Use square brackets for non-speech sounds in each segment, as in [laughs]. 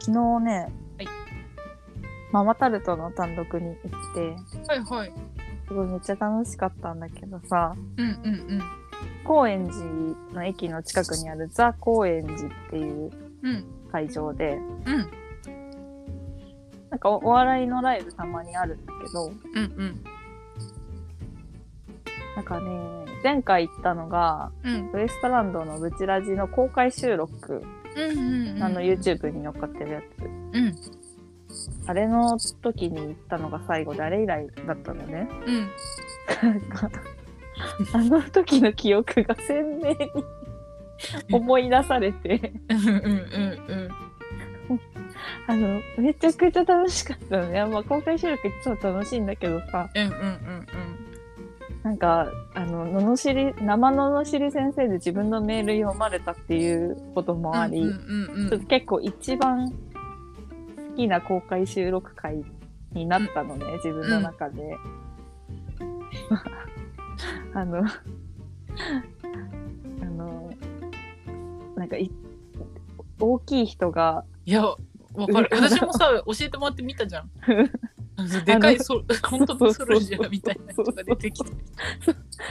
昨日ね、はいママタルトの単独に行ってはいはい。すごいめっちゃ楽しかったんだけどさうんうん高円寺の駅の近くにあるザ・高円寺っていううん。うん会場でうんなんかおお笑いのライブたまにあるんだけどうんうんなんかね前回行ったのがうんウエストランドのブチラジの公開収録、うんうん。あの YouTube に乗っかってるやつうんあれの時に行ったのが最後であれ以来だったのね。うん。なんかあの時の記憶が鮮明に思い出されてうんうんうんあのめちゃくちゃ楽しかったのね、まあ、公開収録いつも楽しいんだけどさうんうんうんなんかあの罵り生ののしり先生で自分のメール読まれたっていうこともあり、うんうんちょっと結構一番好きな公開収録会になったのね、自分の中で。 [laughs] あの、 [laughs] あの、なんかい、大きい人が、いや、わかる。私もさ、教えてもらって見たじゃん。でかいソ本当のソルジャーみたいな人が出てきて。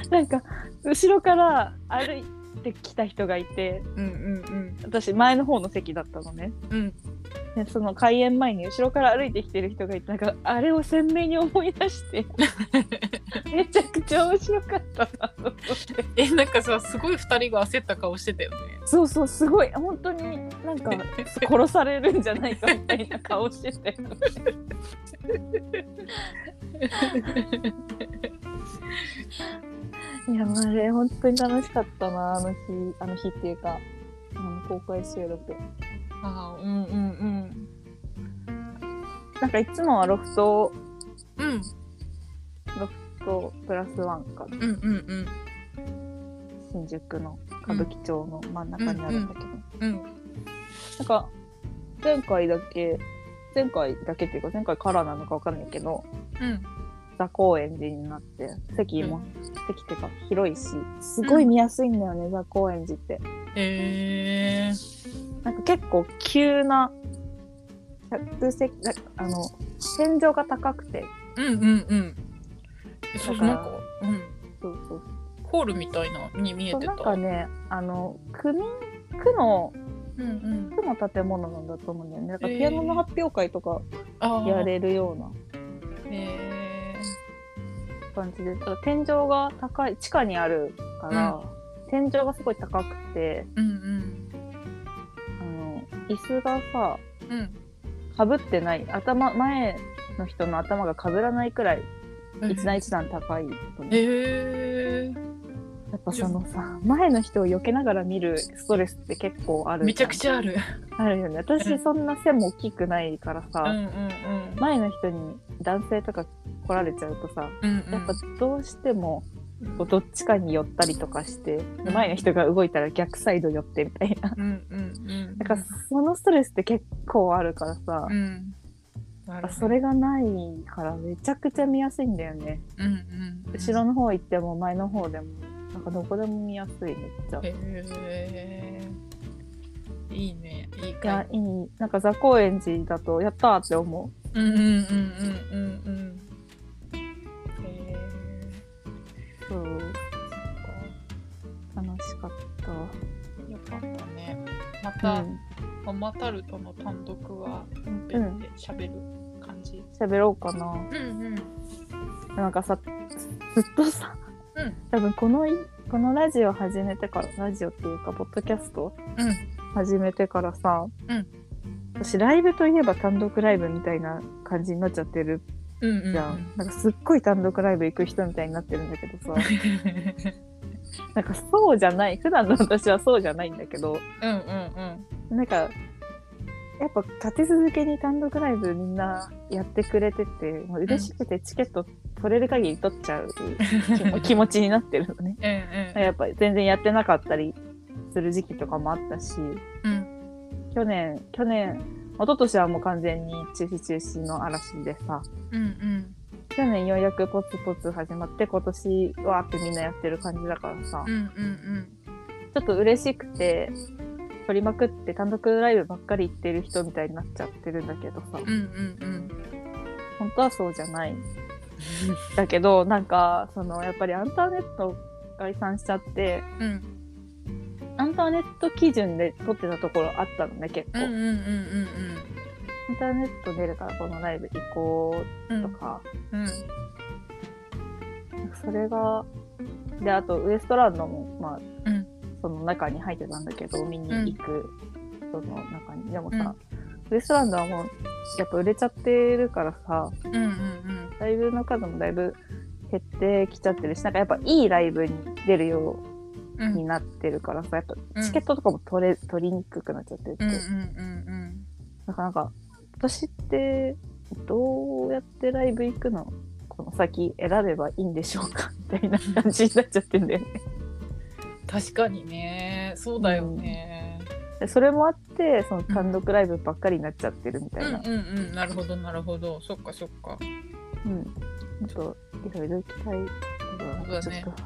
なんか、後ろから歩いてきた人がいて、うんうん私、前の方の席だったのね。うんうん。でその開演前に後ろから歩いてきてる人がいて、なんか、あれを鮮明に思い出 [laughs] して、めちゃくちゃ面白かったなと思って。え、なんかさ、すごい二人が焦った顔してたよね。そうそうすごい本当になんか殺されるんじゃないかみたいな顔してていやまああれ本当に楽しかったなあの日あの日っていうかあの公開収録ああ、うんうんなんかいつもはロフトうん。うんとプラスワンかなうんうん新宿の歌舞伎町の真ん中にあるんだけど、うん。うんなんか前回だけ前回だけっていうか前回からなのかわかんないけどうん。座高円寺になって席も、席っていうか広いしすごい見やすいんだよね、座高円寺ってへえ。なんか結構急な客席なあの天井が高くてうんうんうん。そうだからなんか、うん。そうそうホールみたいなに見えそうてなんた。かねあの区民区のうんうん。区の建物なんだと思うんだよねだからへーピアノの発表会とかああ。やれるようなへ感じで、ただ天井が高い地下にあるから、天井がすごい高くてーうんあの椅子がさうん。うん。かぶってない頭前の人の頭がかぶらないくらい一段一段高いとへねえ。やっぱそのさ前の人を避けながら見るストレスって結構あるめちゃくゃちゃある。んあるよね私そんな背も大きくないからさ、うんうんうん。前の人に男性とか来られちゃうとさうんうんやっぱどうしてもうんこうどっちかに寄ったりとかして、ん前の人が動いたら逆サイド寄ってみたいなうんうんうん。だからそのストレスって結構あるからさ、うん。なるあほどそ。れがないからめちゃくちゃ見やすいんだよねうんうん。後ろの方行っても前の方でもなんかどこでも見やすいめっちゃ。いへえ。いいね。いいかやいい。いなんか座高円寺だとやったーって思うんうんうんうんうんうん。へうそう楽しかったえ。よかったね。まわた。ママタルトの単独は本編で喋る感じ。喋、ろうかなうんうんなんかさずっとさ、うん多分このいこのラジオ始めてからラジオっていうかポッドキャストうん始めてからさ、うん私ライブといえば単独ライブみたいな感じになっちゃってるうんうん。じゃん、なんかすっごい単独ライブ行く人みたいになってるんだけどさなんかそうじゃない普段の私はそうじゃないんだけどうんうんなんかやっぱ立て続けに単独ライブみんなやってくれててもう嬉しくてチケット取れる限り取っちゃう気うも [laughs] ん。。気持ちになってるのねうんやっぱ全然やってなかったりする時期とかもあったしうん去年去年一昨年はもう完全に中止中止の嵐でさうん去年ようやくポツポツ始まって今年わーってみんなやってる感じだからさ、うんうんうんちょっと嬉しくて取りまくって単独ライブばっかり行ってる人みたいになっちゃってるんだけどさうんうん本当はそうじゃ [laughs] ないんだけどなんかそのやっぱりアンターネット解散しちゃってうんうんアンターネット基準で撮ってたところあったのね結構、うんうんアンうんターネット出るからこのライブ行こうんううんとか、うんなんかそれがであとウエストランドもまあ、うんその中に入ってたんだけど見に行く人の中に、でもさ、ウエストランドはもうやっぱ売れちゃってるからさうんうんうんライブの数もだいぶ減ってきちゃってるしなんかやっぱいいライブに出るよううんになってるからさやっぱうんチケットとかも取れ取りにくくなっちゃってて、うんうんうんなかなか私ってどうやってライブ行くのこの先選べばいいんでしょうかみたいな感じになっちゃってんだよね。うん確かにねそうだよねでそれもあってその単独ライブばっかりになっちゃってるみたうんいな。うんうんなるほどなるほどそっかそっかうん、ちょっといろいろ行きたいけどそうだねちょっと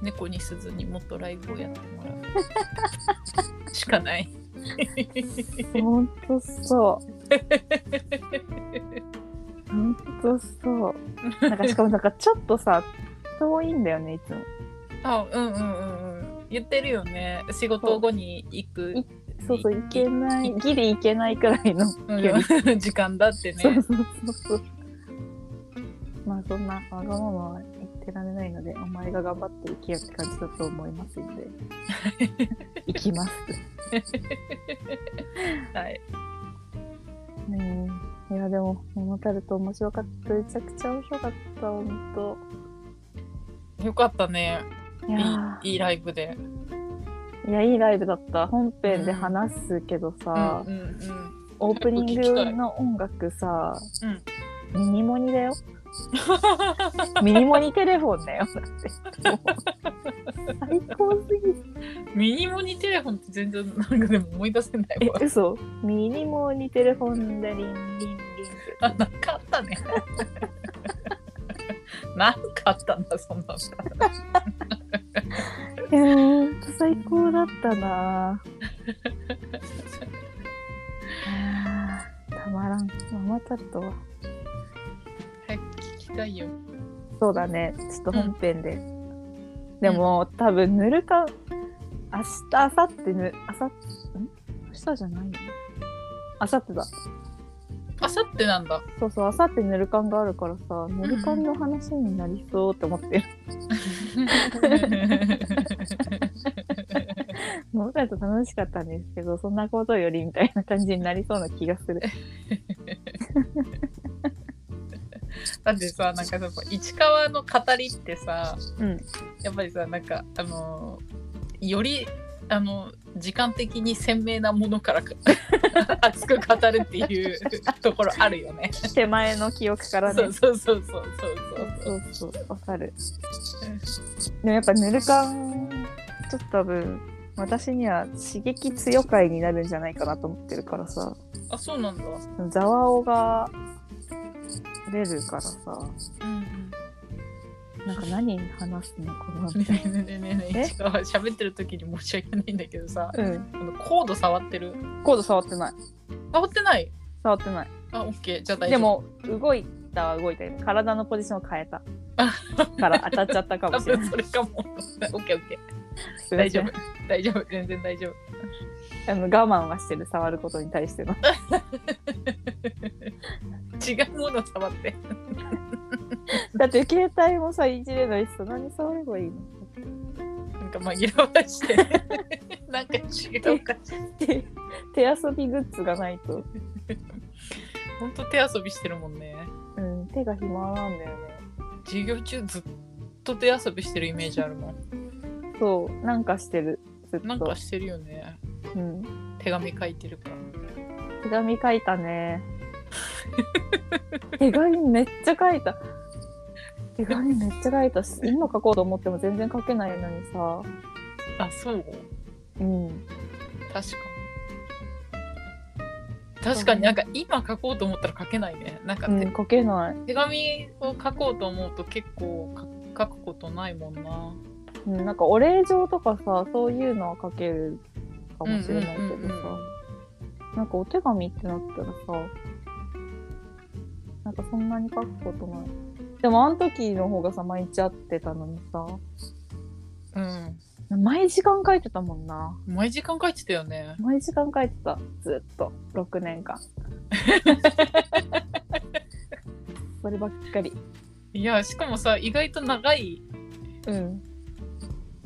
猫に鈴にもっとライブをやってもらうし [laughs] かないほんと [laughs] そう。ほんとそう。なんかしかもなんかちょっとさ、遠いんだよね、いつも。あうんうんうんうん言ってるよね仕事後に行くそうそうそう、行けない、ギリ行けないくらいの距離。うん [laughs] 時間だってそうそねうそうそう。まあそんなわがままは言ってられないので、お前が頑張って行けよって感じだと思いますので、 [laughs] 行きます。はいねえいやでも、桃太郎と面白かった。めちゃくちゃ面白かった、ほんと。 [laughs] よかったねいやーいいいいライブでいや、いいライブだった。本編で話すけどさ、うんうんオープニングの音楽さ、ミニモニ [laughs] だよ。ミニモニテレフォンだよ。だってもう最高すぎる。うんミニモニテレフォンって全然なんかでも思い出せないわえ、嘘ミニモニテレフォンだリンリンリンってあなかったね [laughs] なんかあったんだそんなのいやほんと最高だった [laughs] なあーたまらん。ママタルトは。早く聞きたいよそうだね。ちょっと本編で。でも、多分、ぬるか、明日、明後日ぬ、明後日、ん明日じゃないよね。明後日だ。あさってな [laughs] んだ [laughs] そうそう、明後日ぬるかんがあるからさ、ぬるかんの話になりそうって思ってる。もう、と楽しかったんですけど、そんなことよりみたいな感じになりそうな気がする。だってさなんかさ市川の語りってさうん。やっぱりさなんかあのーよりあの時間的に鮮明なものから [laughs] 熱く語るって [laughs] いうところあるよね。手前の記憶からそねう。そうそうそうそそううそう、わかる。そう。でもやっぱぬるかん、ちょっと多分、私には刺激強いになるんじゃないかなと思ってるからさ。あそうなんだ。ザワオが出るからさ、うんなんか何話すのかなうん。みねたいえねえねえねええ市川喋ってる時に申し訳ないんだけどさ、な。うん。あのコード触ってる。コード触ってない。触ってない。触ってない。あオッケーじゃあ大丈夫。でも、動いたは動いたよ。体のポジションを変え [laughs] た。から当たっちゃったか多もしれな分い。それかも。 [laughs] オッケーオッケすいませーん大丈夫大丈夫全然大丈夫。あの我慢はしてる、触ることに対しての。違うもの触って。だって、携帯もさ、いじれないしさ、何触ればいいのなんか紛らわして、 [laughs] なんか違うかし手 [laughs] 手遊びグッズがないと、ほんと手遊びしてるもんね。うん、手が暇なんだよね。授業中ずっと手遊びしてるイメージあるもん。そう、なんかしてる、ずっと。なんかしてるよね。うん。手紙書いてるから。手紙書いたね [laughs] 手紙めっちゃ書いた手紙めっちゃ書いたし今書こうと思っても全然書けないのにさあ、そううん確かに。確かになんか今書こうと思ったら書けないね。なんかう手,、ん書けない手紙を書こうと思うと結構か書くことないもんな。うんなんかお礼状とかさそういうのは書けるかもしれないけどさ、なんかお手紙ってなったらさなんかそんなに書くことないでもあの時の方がさ毎日会ってたのにさうんうん毎時間書いてたもんなうん毎時間書いてたよね毎時間書いてたずっと6年 [laughs] 間そればっかりいやしかもさ意外と長いうん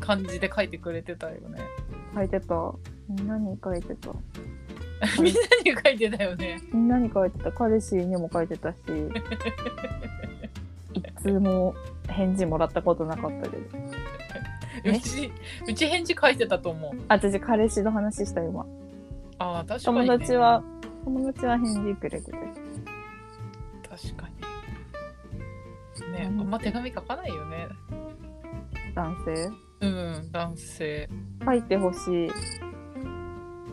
感じで書いてくれてたよね書いてたみんなに書いてたみんなに書いてたよねみんなに書いてた彼氏にも書いてたし一通も返事もらったことなかったけどえうちうち返事書いてたと思うあ私彼氏の話した今ああ確かに、友ね、達は友達は返事くれてたし確かにねあんま手紙書かないよね男性うん男性書いてほしい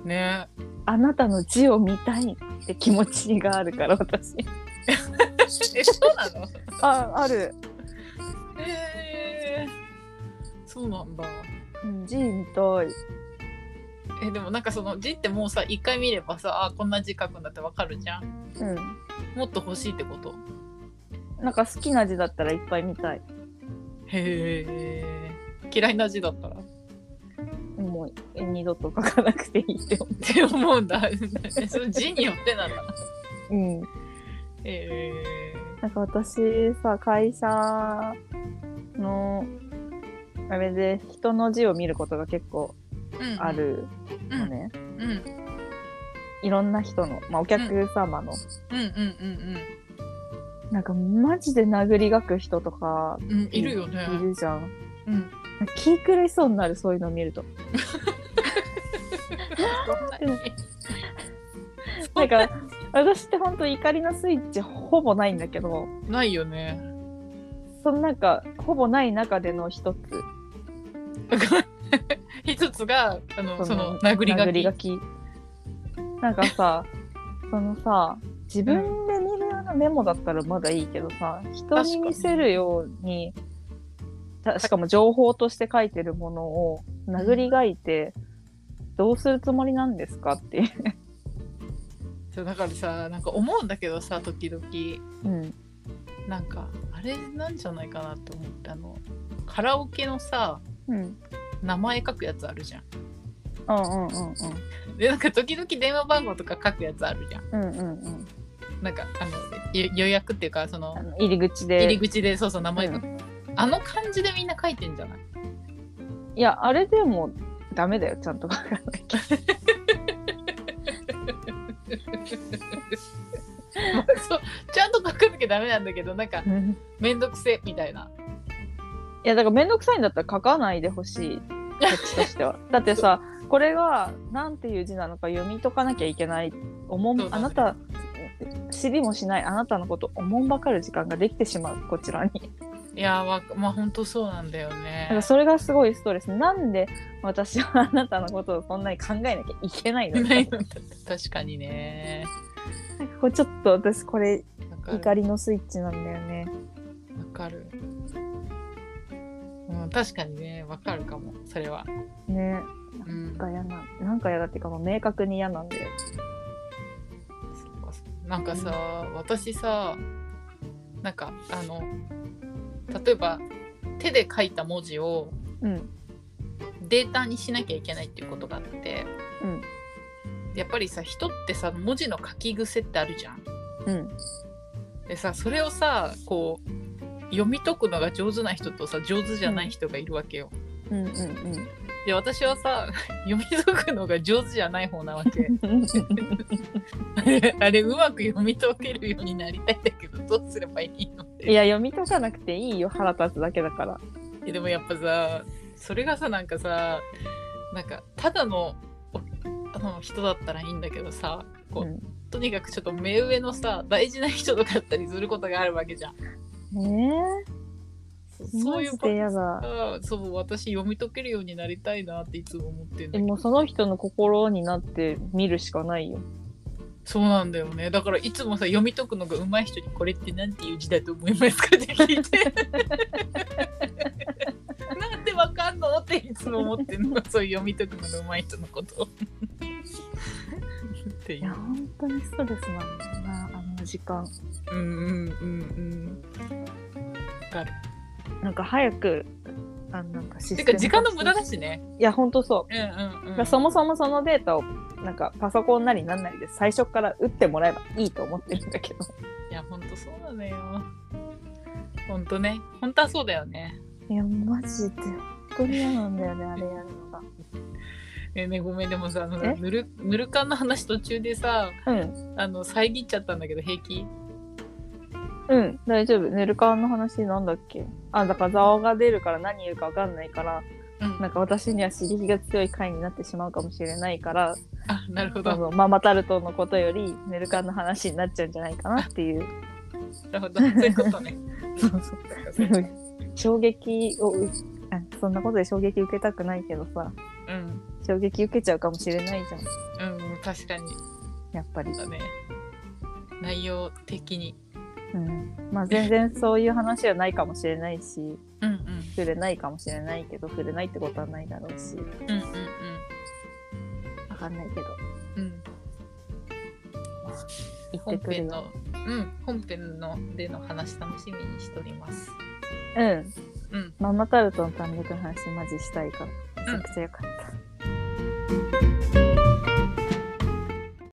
ねあなたの字を見たいって気持ちがあるから私えそうなのあある、えー、そうなんだうん、字見たいえでもなんかその字ってもうさ一回見ればさあこんな字書くんだってわかるじゃんうんもっと欲しいってことなんか好きな字だったらいっぱい見たいへえ嫌いな字だったらっもうえ二度と書かなくていいって思て思うんだ [laughs] その字によってなんだううんへなんか私さ会社のあれで人の字を見ることが結構えうんあるうのんね、うんうんいろんな人の、まあ、お客様の、うんうんなんかマジで殴り書く人とかうんうんいるよねいるじゃんうん気狂いそうになるそういうの見るとそんなになんか私って本当怒りのスイッチほぼないんだけどないよねそのなんかほぼない中での一つ [laughs] 一つがあのその殴殴りり書書ききなんか [laughs] さそのさ自分で見るようなメモだったらまだいいけどさ人に見せるようにたしかも情報として書いてるものを殴り書いて、どうするつもりなんですかっていう、そうだからさなんか思うんだけどさ時々うん、なんかあれなんじゃないかなと思ってあのカラオケのさうんうん名前書くやつあるじゃうんうんんでなんか時々電話番号とか書くやつあるじゃんうんうんうんなんかあのゆ予約っていうかそのあの入り口で入り口でそうそう名前書く、あの感じでみんな書いてんじゃない [laughs] いやあれでもダメだよちゃんと書かないとそうちゃんと書かなきゃダメなんだけどなんかうんめんどくせみたいないやだから面倒くさいんだったら書かないでほしいこっちとして [laughs] はだってさこれがなんていう字なのか読み解かなきゃいけないおもんそうだあねなた知りもしないあなたのことおもんばかる時間ができてしまうこちらにいやーわまあほんとそうなんだよだからねそれがすごいストレスなんで私はあなたのことをそんなに考えなきゃいけないのないかの [laughs] 確かにねこれちょっと私これわかる怒りのスイッチなんだよねわかる。うん、確かにね、わかるかも、それは。ねうんなん、か嫌ななんか嫌だっていうかもう明確に嫌なんだよそっかそっかなんかさ、私さ、なんか、あの、例えば、手で書いた文字をうんデータにしなきゃいけないっていうことがあって、うんやっぱりさ、人ってさ、文字の書き癖ってあるじゃん。うんでさ、それをさ、こう、読み解くのが上手な人とさ、上手じゃない人がいるわけよ。うんうんで、私はさ、 [laughs] 読み解くのが上手じゃない方なわ [laughs] け。うんあれうまく読み解けるようになりたいんだけどどうすればいいのいや読み解かなくていいよ腹立つだけだからえでもやっぱさそれがさなんかさなんかただのおあの人だったらいいんだけどさこう、うんとにかくちょっと目上のさ大事な人とかだったりすることがあるわけじゃんねそえそういマジうこでと嫌だがそう私読み解けるようになりたいなっていつも思ってるんえだけどもうその人の心になって見るしかないよそうなんだよねだからいつもさ読み解くのが上手い人にこれってなんていう字だ [laughs] と思いますかって聞いてなんてわかんのっていつつも思ってんのそういう読み解くのがうまい人のことをっていいやう本当にストレスなんだよなあの時間うんうんうんうんわかるなんか早くあのなんかシスてテムか時間の無駄だししねいや本当そううんうんだうかんらそもそもそのデータをなんかパソコンなりなんなりで最初から打ってもらえばいいと思ってるんだけどいやほんとそうなのよほんとねほんとはそうだよねいやマジで本当に嫌なんだよねあれやるのがねえねえごめんでもさあのえぬるぬるかんの話途中でさうんあの遮っちゃったんだけど平気うん大丈夫寝る感の話なんだっけあだからざわが出るから何言うかわかんないからうんなんか私には刺激が強い回になってしまうかもしれないからあなるほそどのママタルトのことより寝る感の話になっちゃうんじゃないかなっていうなるほどそういうことねそうそう [laughs] そういうことね衝撃をうあそんなことで衝撃受けたくないけどさうん衝撃受けちゃうかもしれないじゃんうん確かにやっぱり、だね内容的にうん、まあ全然そういう話はないかもしれないしうんうん触れないかもしれないけど触れないってことはないだろうしうんうんわかんないけどうんうん言本ってくる編よのうん本編のでの話楽しみにしておりますうん、うんママタルトの単独の話マジしたいからめちゃくちゃよかった。